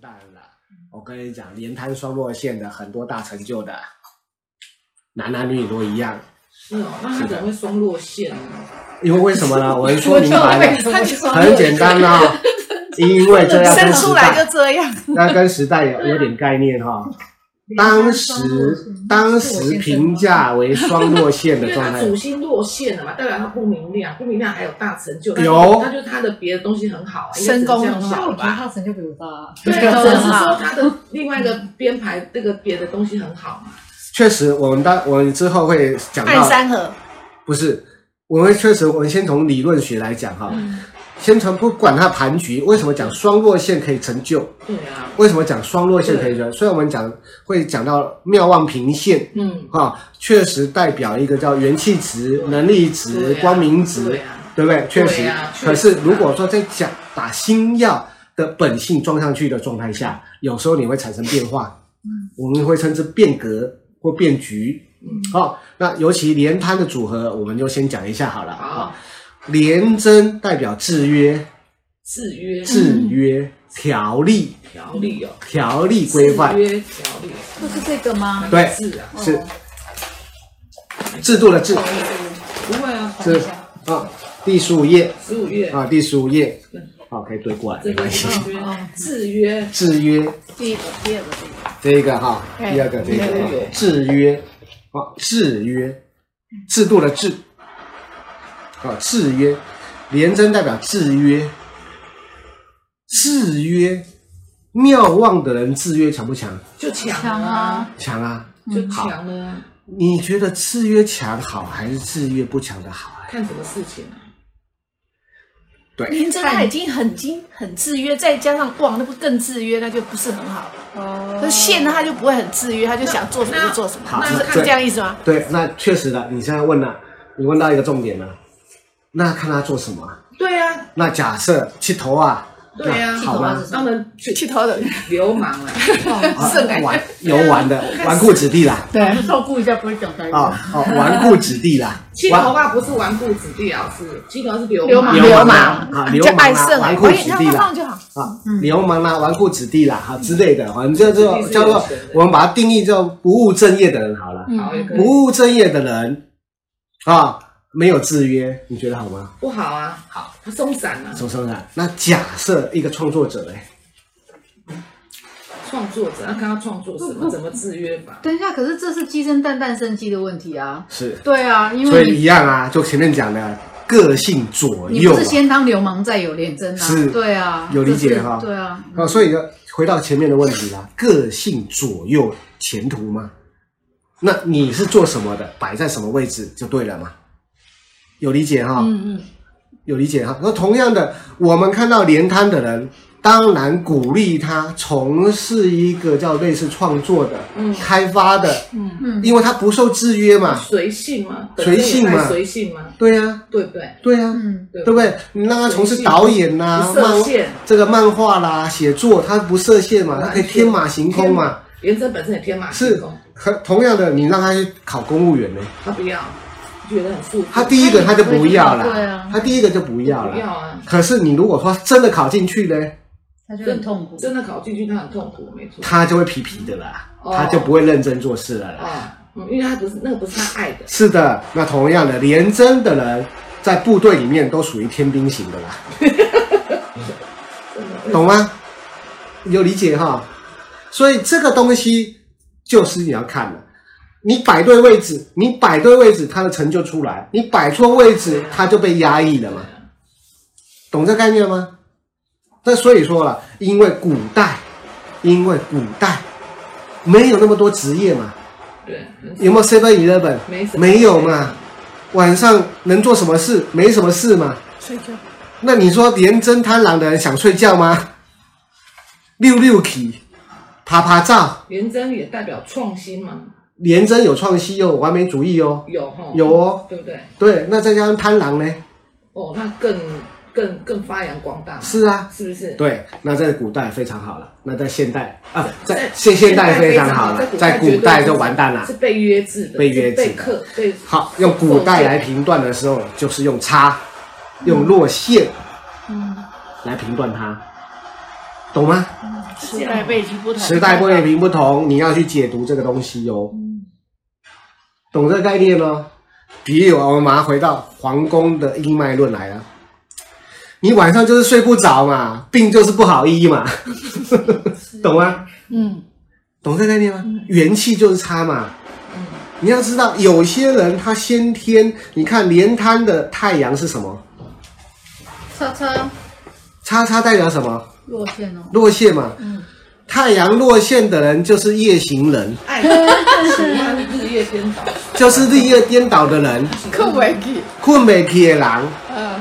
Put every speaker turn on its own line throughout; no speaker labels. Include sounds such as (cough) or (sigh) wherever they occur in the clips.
蛋了。
嗯
我跟你讲，连摊双落线的很多大成就的，男男女女都一样。
是哦，那他怎么会双落线呢？
因为为什么
(laughs)
呢？我说明白了，
他就
很简单啦、因为这要
生
跟时
出来
代，
就这样，
(laughs) 那跟时代有有点概念
(laughs)
哈、当时当时评价为双落线
因
的
为
状
他
态，
主心落线了嘛，代表他不明亮，不明亮还有大成就，
有
他就是他的别的东西很好啊，应该
身功
只能
很
这样
好
想吧
那？他成就比我大，
对，啊
都
只
很
是
好
说他的另外一个编排这个别的东西很好嘛。
确实我们当我们之后会讲
爱
到，
三河，
不是，我们确实我们先从理论学来讲哈、先从不管它盘局，为什么讲双落线可以成就？
对啊，
为什么讲双落线可以成就？所以我们讲会讲到妙望平线。
嗯，
啊，确实代表一个叫元气值、能力值、
对啊
光明值，
对啊，
对不对？确实。
对啊
可
确
是
实
如果说在讲把新药的本性装上去的状态下，有时候你会产生变化，我们会称之变革或变局。
嗯，
好、那尤其连摊的组合，我们就先讲一下好了啊
好。
连针代表制约、
制约
制
嗯
约、条例、
条例哦，
条例规范
制，约条例，
不是这个吗？
对
是啊，
是制度的制啊
不会啊，
是第十五页
十五月
啊，第十五页
嗯，
好，可以对过来，嗯
这
没
个
关系。
制约制
制
约
约
第一个，第二个，第一个
这一个哈，
对
第二个这个
对
哈
对对
制约啊，制约制度的制啊，制约廉贞代表制约，制约妙望的人制约强不强？
就强
强
了啊，
啊，
强啊！
就强了啊，
你觉得制约强好还是制约不强的好啊？
看什么事情啊，
连着他已经很精很制约，再加上旺，那不更制约，那就不是很好了。
哦
那线呢，他就不会很制约，他就想做什么就做什么，
那
是
那
是这样意思吗？
对，那确实的，你现在问了，你问到一个重点了，那看他做什么啊。
对啊，
那假设剃头啊，
对啊
那好吗？
他们去
剃头的
流氓
(laughs)
了，
啊
圣感
玩游玩的纨绔子弟啦，
对，
照顾一下不会讲台
啊哦，纨绔子弟啦，
七头发不是纨绔子弟啊，是七头是啊流氓，
流氓啊
氓，
流
就
氓啊
爱圣
纨
啊，
绔
可以
子
让
弟
他
啦
放就好。
啊，流氓啦、纨绔子弟啦啊之类的，反正就
子弟是
叫
有
做
钱的嗯
我们把它定义叫不务正业的人好了，
好也可以，
不务正业的人啊，没有制约，你觉得好吗？
不好啊，好，他松散了。
周生啊，那假设一个创作者嘞，
创作者，要看他创作什么，怎么制约法。
等一下，可是这是鸡生蛋，蛋生鸡的问题啊。
是，
对啊，因
所
为
以一
你
样啊，就前面讲的个性左
你
右
不
啊
是先当流氓再有廉贞啊。
是
对啊，
有理解
这是
哈
对啊，
啊，所以呢，回到前面的问题啦，个性左右前途吗？那你是做什么的，摆在什么位置就对了嘛？有理解哈、
嗯嗯，
有理解哈。那同样的，我们看到连摊的人，当然鼓励他从事一个叫类似创作的、
嗯
开发的，
嗯，
因为他不受制约嘛。
随性吗？
随性嘛
本身也太随性吗？
对呀、啊，
对不对？
对呀、啊，
嗯，
对不对？你让他从事导演呐、
不设
漫
限，
这个漫画啦、写作，他不设限嘛，他可以天马行空嘛。
原则本身也天马行
是
空，
和同样的，你让他去考公务员呢，
他不要，觉得很复
他第一个他就不要了，
对啊
他第一个就不
不
要
要
了。
啊，
可是你如果说真的考进去呢，
他就很痛苦。
真的考进去他很痛苦，没错。
他就会皮皮的啦，
哦
他就不会认真做事了啦。
啊，嗯，因为他不是那个不是他爱的，
是的，那同样的，廉贞的人在部队里面都属于天兵型的啦，
真的
懂吗？有理解哈？所以这个东西就是你要看的，你摆对位置，你摆对位置，他的成就出来；你摆错位置，他就被压抑了嘛。懂这概念吗？那所以说了，因为古代，因为古代没有那么多职业嘛，
对，很
有没有 Seven Eleven？
没什么
没有嘛。晚上能做什么事？没什么事嘛。
睡觉，
那你说连真贪婪的人想睡觉吗？六六体，爬爬照，
原真也代表创新嘛，
连真有创新哦，完美主义哦，
有哈，
有哦。
对不对？
对，那再加上贪婪呢？
哦，那更更更发扬光大，
是啊，
是不是？
对，那在古代非常好了，那在现代啊，在
在
现现代非常好了，在
在
古代
绝对
就完蛋了
是。被约制的，
被约制的
是被克被
好，用古代来评断的时候，就是用差，用落线，来评断它。懂吗？
时代背景不同，
时代背景不同，你要去解读这个东西哦。懂这个概念呢？比如我们马上回到皇宫的阴脉论来了，你晚上就是睡不着嘛，病就是不好医嘛，懂吗？
嗯，
懂这个概念吗？元气就是差嘛。你要知道，有些人他先天，你看连摊的太阳是什么？
叉叉
叉叉代表什么？
落线哦，
落线嘛。太阳落线的人就是夜行人，
爱喜欢日夜颠倒，
就是日夜颠倒的人，
困不起，
困不起的人，
嗯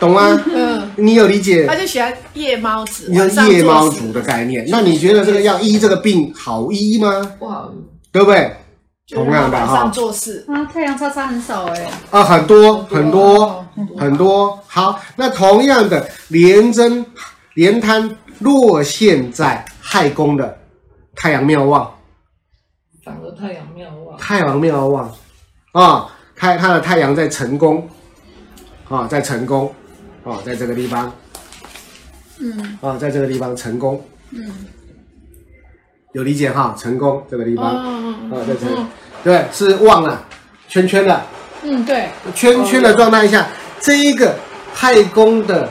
懂吗？
嗯，
你有理解
他？就喜欢夜猫子，
你有
晚上
夜猫
做
族
事
的概念，那你觉得这个要医这个病好医吗？
不好
对不对？
就
同样
让他
的
晚
哈
上做事，
啊，太阳叉叉很少哎，
啊，很多很
很
多
多
很多。好，那同样的连针连摊落陷在亥宫的太阳庙旺，
反而太阳妙望，
太阳庙旺啊、太他的太阳在成功啊、在成功啊、在这个地方，
嗯
啊、在这个地方成功，嗯，有理解哈？成功这个地方啊、
嗯嗯
在这里，对，是旺了，圈圈的
嗯，对，
圈圈的状态下，这一个太公的，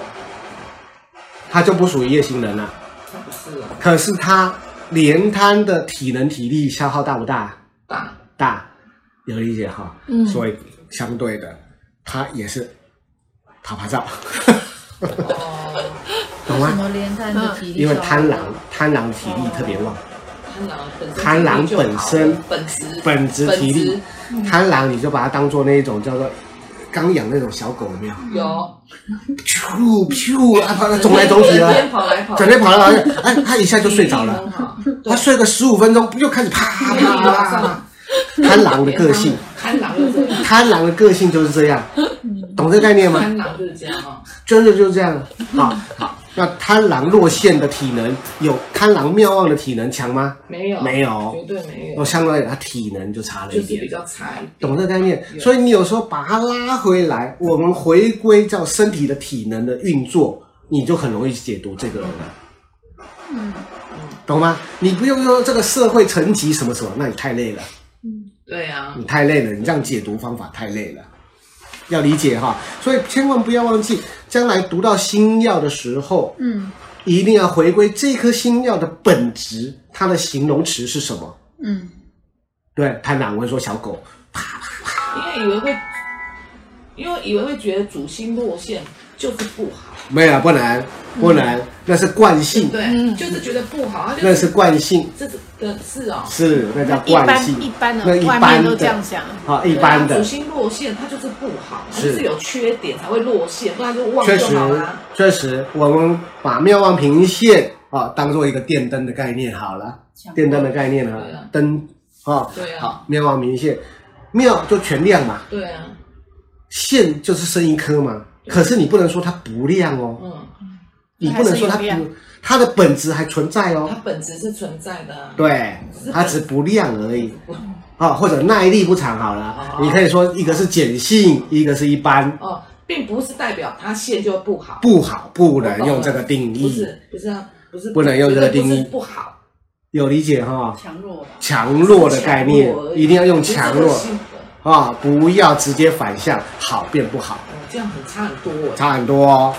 他就不属于夜行人了。
他不是啊，
可是他连摊的体能体力消耗大不大？
大
大，有理解哈，
嗯
所以相对的，它也是啪啪照，
哦，
懂
为什
吗？
么连摊的体力？
因为贪狼，，贪狼体力特别旺，
贪狼本身
贪狼本身
本质
本质体力
本，
贪狼你就把它当做那一种叫做刚养那种小狗，有没有？
质有
噗噗啊，跑走来走去
整
啊， (laughs)
天跑来跑
整
去，
天跑来跑去，哎，它一下就睡着
嗯
了，它睡个十五分钟，不就开始啪
对
啪啪？贪狼的个性，
贪狼就是这样
贪狼的个性就是这样，懂这个概念吗？
贪狼就是这样啊，
真的就是这
(laughs)
样。好，好，那贪狼落线的体能有贪狼妙望的体能强吗？
没有
没有
绝对没
我
有，
相对来讲，他体能就差了
就
一
是比
点。
较差一点，
懂这个概念，所以你有时候把它拉回来，我们回归叫身体的体能的运作，你就很容易解读这个人了，
嗯，
懂吗？你不用说这个社会层级什么什么，那你太累了，
对啊，
你太累了，你这样解读方法太累了，要理解哈。所以千万不要忘记，将来读到星耀的时候，
嗯
一定要回归这颗星耀的本质，它的形容词是什么？
嗯，
对，贪婪，我会说小狗，
因为以为会，因为以为会觉得主星落线就是不好，
没有不能不能，那是惯性，
对，
嗯
就是觉得不好，他就
那是惯性，
这是的是哦。
是那叫
一
惯性
般，一般的
那一
外
般
面
的
都这样想，
啊，一般
对啊
的
主，星落线，它就是不好，它
是
就是有缺点才会落线，不然就忘
确
就
实
好啦。
确实，我们把妙望平线啊当做一个电灯的概念好了，电灯的概念
对
啊
啊，
灯啊，
对啊
好，妙望平线，妙就全亮嘛，
对啊，
线就是剩一颗嘛，可是你不能说它不亮哦，
嗯，
你不能说它
还是有
不，它的本质还存在
它
哦。
本质是存在的啊。
对，它只不亮而已
嗯
啊、或者耐力不长好了。
哦
你可以说一个是碱性，一个是一般，
哦，并不是代表它线就不好，
不好不能用这个定
不
义，
是不是啊，不是
不能用这个定义
绝对不是不好，
有理解哈、
强弱吧，
强弱的概念
强弱而已
一定要用强弱
不是这个性格
啊、不要直接反向好变不好，
哦这样很差很多哦，
差很多哦。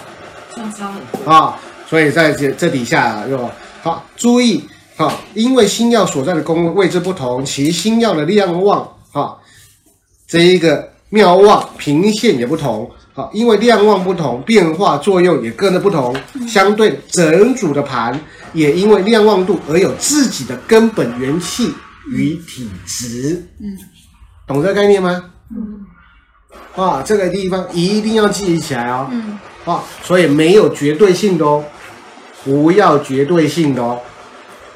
这样差很多。
啊、所以在这这底下又好注意啊、因为星耀所在的宫位置不同，其星耀的量旺啊、这一个妙望平线也不同。好，因为量望不同，变化作用也各的不同，相对整组的盘也因为量望度而有自己的根本元气与体质。
嗯，
懂这个概念吗？嗯。啊，这个地方一定要记忆起来哦。
嗯，
啊，所以没有绝对性的哦，不要绝对性的哦，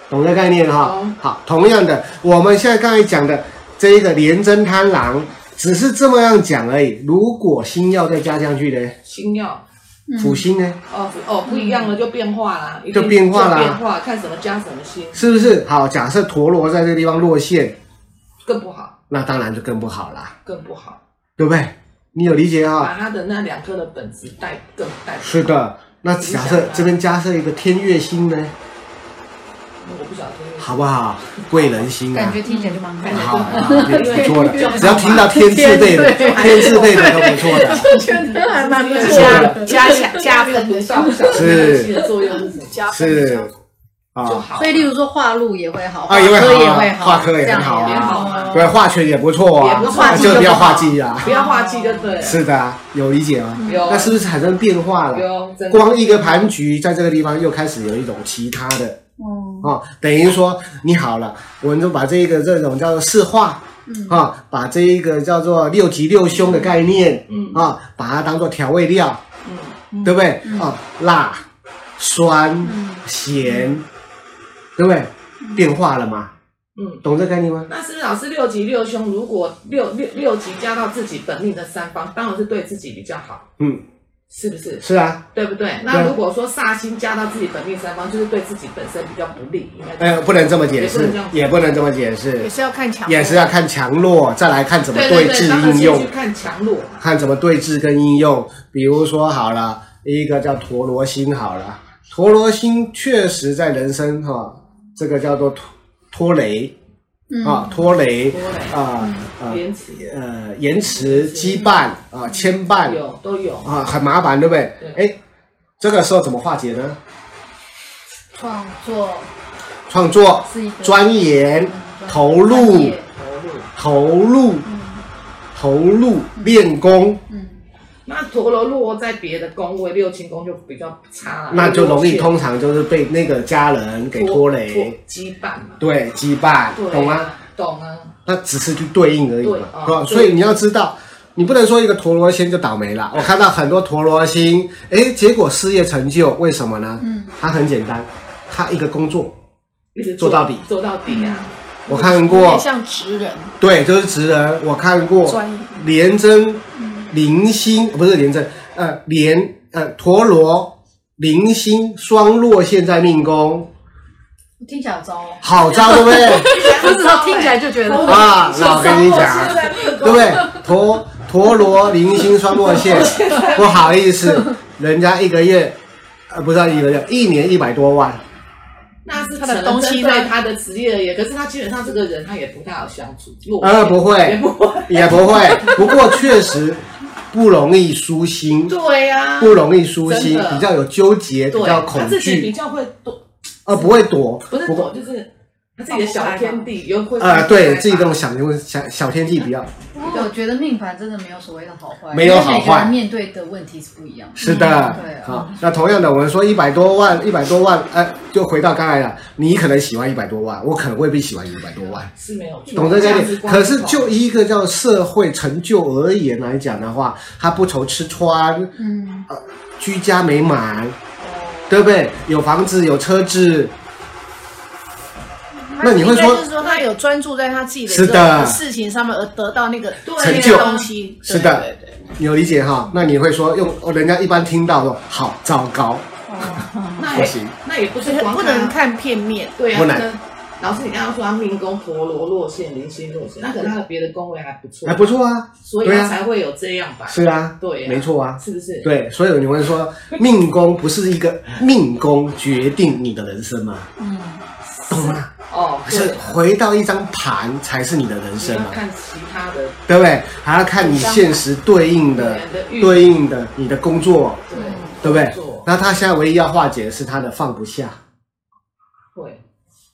懂这概念哈、
懂
好，同样的，我们现在刚才讲的这一个廉贞贪狼，只是这么样讲而已。如果星耀再加上去呢，
星耀
嗯
辅星呢，
哦哦不一样了，就变化啦，一定
嗯就变化啦
就变化看什么加什么星
是不是？好，假设陀螺在这个地方落线，
更不好，
那当然就更不好啦，
更不好，
对不对？你有理解啊、
把它的那两颗的本质带更带不好
是，的，那假设这边加设一个天月星呢，
我不晓得天月
好不好？贵人星啊
感，觉听起来就蛮好
好，好也不错的。只要听到天字辈的，
天对
天字辈的都不错的。
觉得还蛮不错的。
加加起来加
这个
分
图上不晓得天月星的作用是什么，
加分
是
就
啊，
好。
所以，例如说画路也会好，
啊
画
也会好
科也
啊
会
画科也
这样
很好啊
也啊
对，化学也不错啊
也不，错
那就不要化忌啊。
不要画技就对了。
是的啊，有理解吗？
有
那是不是产生变化了？
有真的
光一个盘局在这个地方又开始有一种其他的
哦，
啊、等于说你好了，我们就把这个这种叫做四化
嗯
啊、把这一个叫做六吉六凶的概念
嗯
啊、把它当做调味料，
嗯
对不对？啊、
嗯
辣、酸、
嗯
咸，对不对？变化了嘛？
嗯。
懂这概念吗？
那是不是老师六级六凶？如果六六六级加到自己本命的三方，当然是对自己比较好，
嗯，
是不是？
是啊，
对不对？
对
那如果说煞星加到自己本命三方，就是对自己本身比较不利，应该这样
呃，不能这么解释，也
也
不能这么解释
也，是要看强，
也是要看强弱，再来看怎么
对
对
对，
治
当然
应
是
用
去。看强弱。
看怎么对峙跟应用。比如说好了，一个叫陀罗星好了，陀罗星确实在人生哈、这个叫做拖拖雷啊，拖雷
拖雷
啊啊
延迟
呃延迟羁绊啊牵绊
有都有，
啊很麻烦，对不对？
对
哎，这个时候怎么化解呢？
创作
创作
是一个、
钻研、投入、
投入。
投入、投入练功。
嗯，
那陀螺落在别的宫位，六亲宫就比较差了，
那就容易通常就是被那个家人给拖累，
羁绊嘛，
对羁绊，
对啊
懂吗？？
懂啊，
那只是去对应而已
对
嘛，
啊
是吧？
对
所以你要知道，你不能说一个陀螺星就倒霉
嗯
了。我看到很多陀螺星，哎，结果事业成就，为什么呢？
嗯，
它很简单，它一个工作，
一直
做到底
做到底啊，
我看
嗯有点
过，
像职人
对，就是职人，我看过
专业，嗯
廉贞、零星，不是廉贞，呃，廉呃陀螺、零星、双落现在命宫，
听起来好糟哦。
好招对不对？
不知道欸听起来就觉得
啊，那我跟你讲，对不对？陀陀螺零星双落
(laughs)
线，不好意思，人家一个月，呃，不是一个月，一年一百多万，
那是
他的
可能
东西
针对
在
他的职业而已，可是他基本上这个人他也不太好相处，落
呃，不
也
会，
不会，
也不会。不过确实不容易舒心，
对
啊
呀，
不容易舒心，
真的
比较有纠结，比较
对，他
恐
自己比
惧，
较会躲，
呃，不会躲，
不是
不
躲，就是他自己的小天地，又会
呃，对自己这种小小小天地比较，
不过我觉得命盘真的没有所谓的好坏，
没有好坏
因为每个人面对的问题是不一样的。
是的，
嗯对啊
好，那同样的，我们说一百多万，一百多万，呃，就回到刚才了，你可能喜欢一百多万，我可能未必喜欢一百多万，
是没有错，
懂这个概
价值
念？
观
可是
不同
就一个叫社会成就而言来讲的话，他不愁吃穿，呃
嗯，
居家美满，对不对？有房子，有车子，那你会
应该
说
就是说他有专注在他自己的
是的
这种事情上面而得到那个
成
那
就
个东西，
是的
对对对
你有理解哈？那你会说用哦人家一般听到说好糟糕，
那
不
也
行，
那也不是光
不能看片面，
对啊，
不能
那老师，你刚刚说他命宫陀罗落陷、零星落陷，那可能他的别的宫位还不错，
还不，错啊，
所以
对
他
啊，
才会有这样吧？
是啊，
对啊
没错啊，
是不是？
对，所以你会说命宫不是一个命宫决定你的人生吗？懂吗？
哦，
是啊
对，
回到一张盘才是你的人
你
生
要
嘛，
看其他的，
对不对？还要看你现实对应的
你的运
对应的你的工作，
对，
对不对
工作？
那他现在唯一要化解的是他的放不下，
会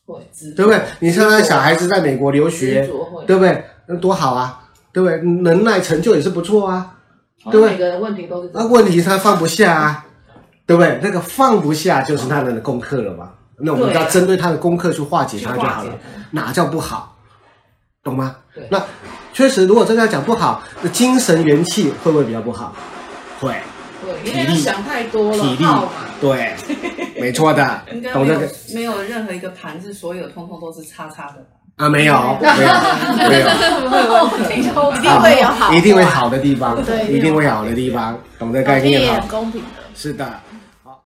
会执着
对不对？你像他小孩
执
子在美国留学
执着会，
对不对？那多好啊，对不对？能耐成就也是不错啊。
着，
对不对
哦每个人问题都是这
那
样
问题是他放不下啊，对不对？那个放不下就是他的功课了嘛。那我们
对
要针对他的功课去化解
去
他
化
就好
解
了，哪叫不好，懂吗
对？
那确实，如果真的要讲不好，那精神元气会不会比较不好？会，
对，因为他想太多
体
了，
力
耗嘛，
对，没错的
应，该
懂
没
这
有
个
没有任何一个盘是所有通通都是叉叉的吧？
啊？没有，没有，没有。
(laughs)
一定会有好，
一定会好的地方，
对
一定会好的地方，懂这个概
这也
念
很
哈？
公平的。
是的，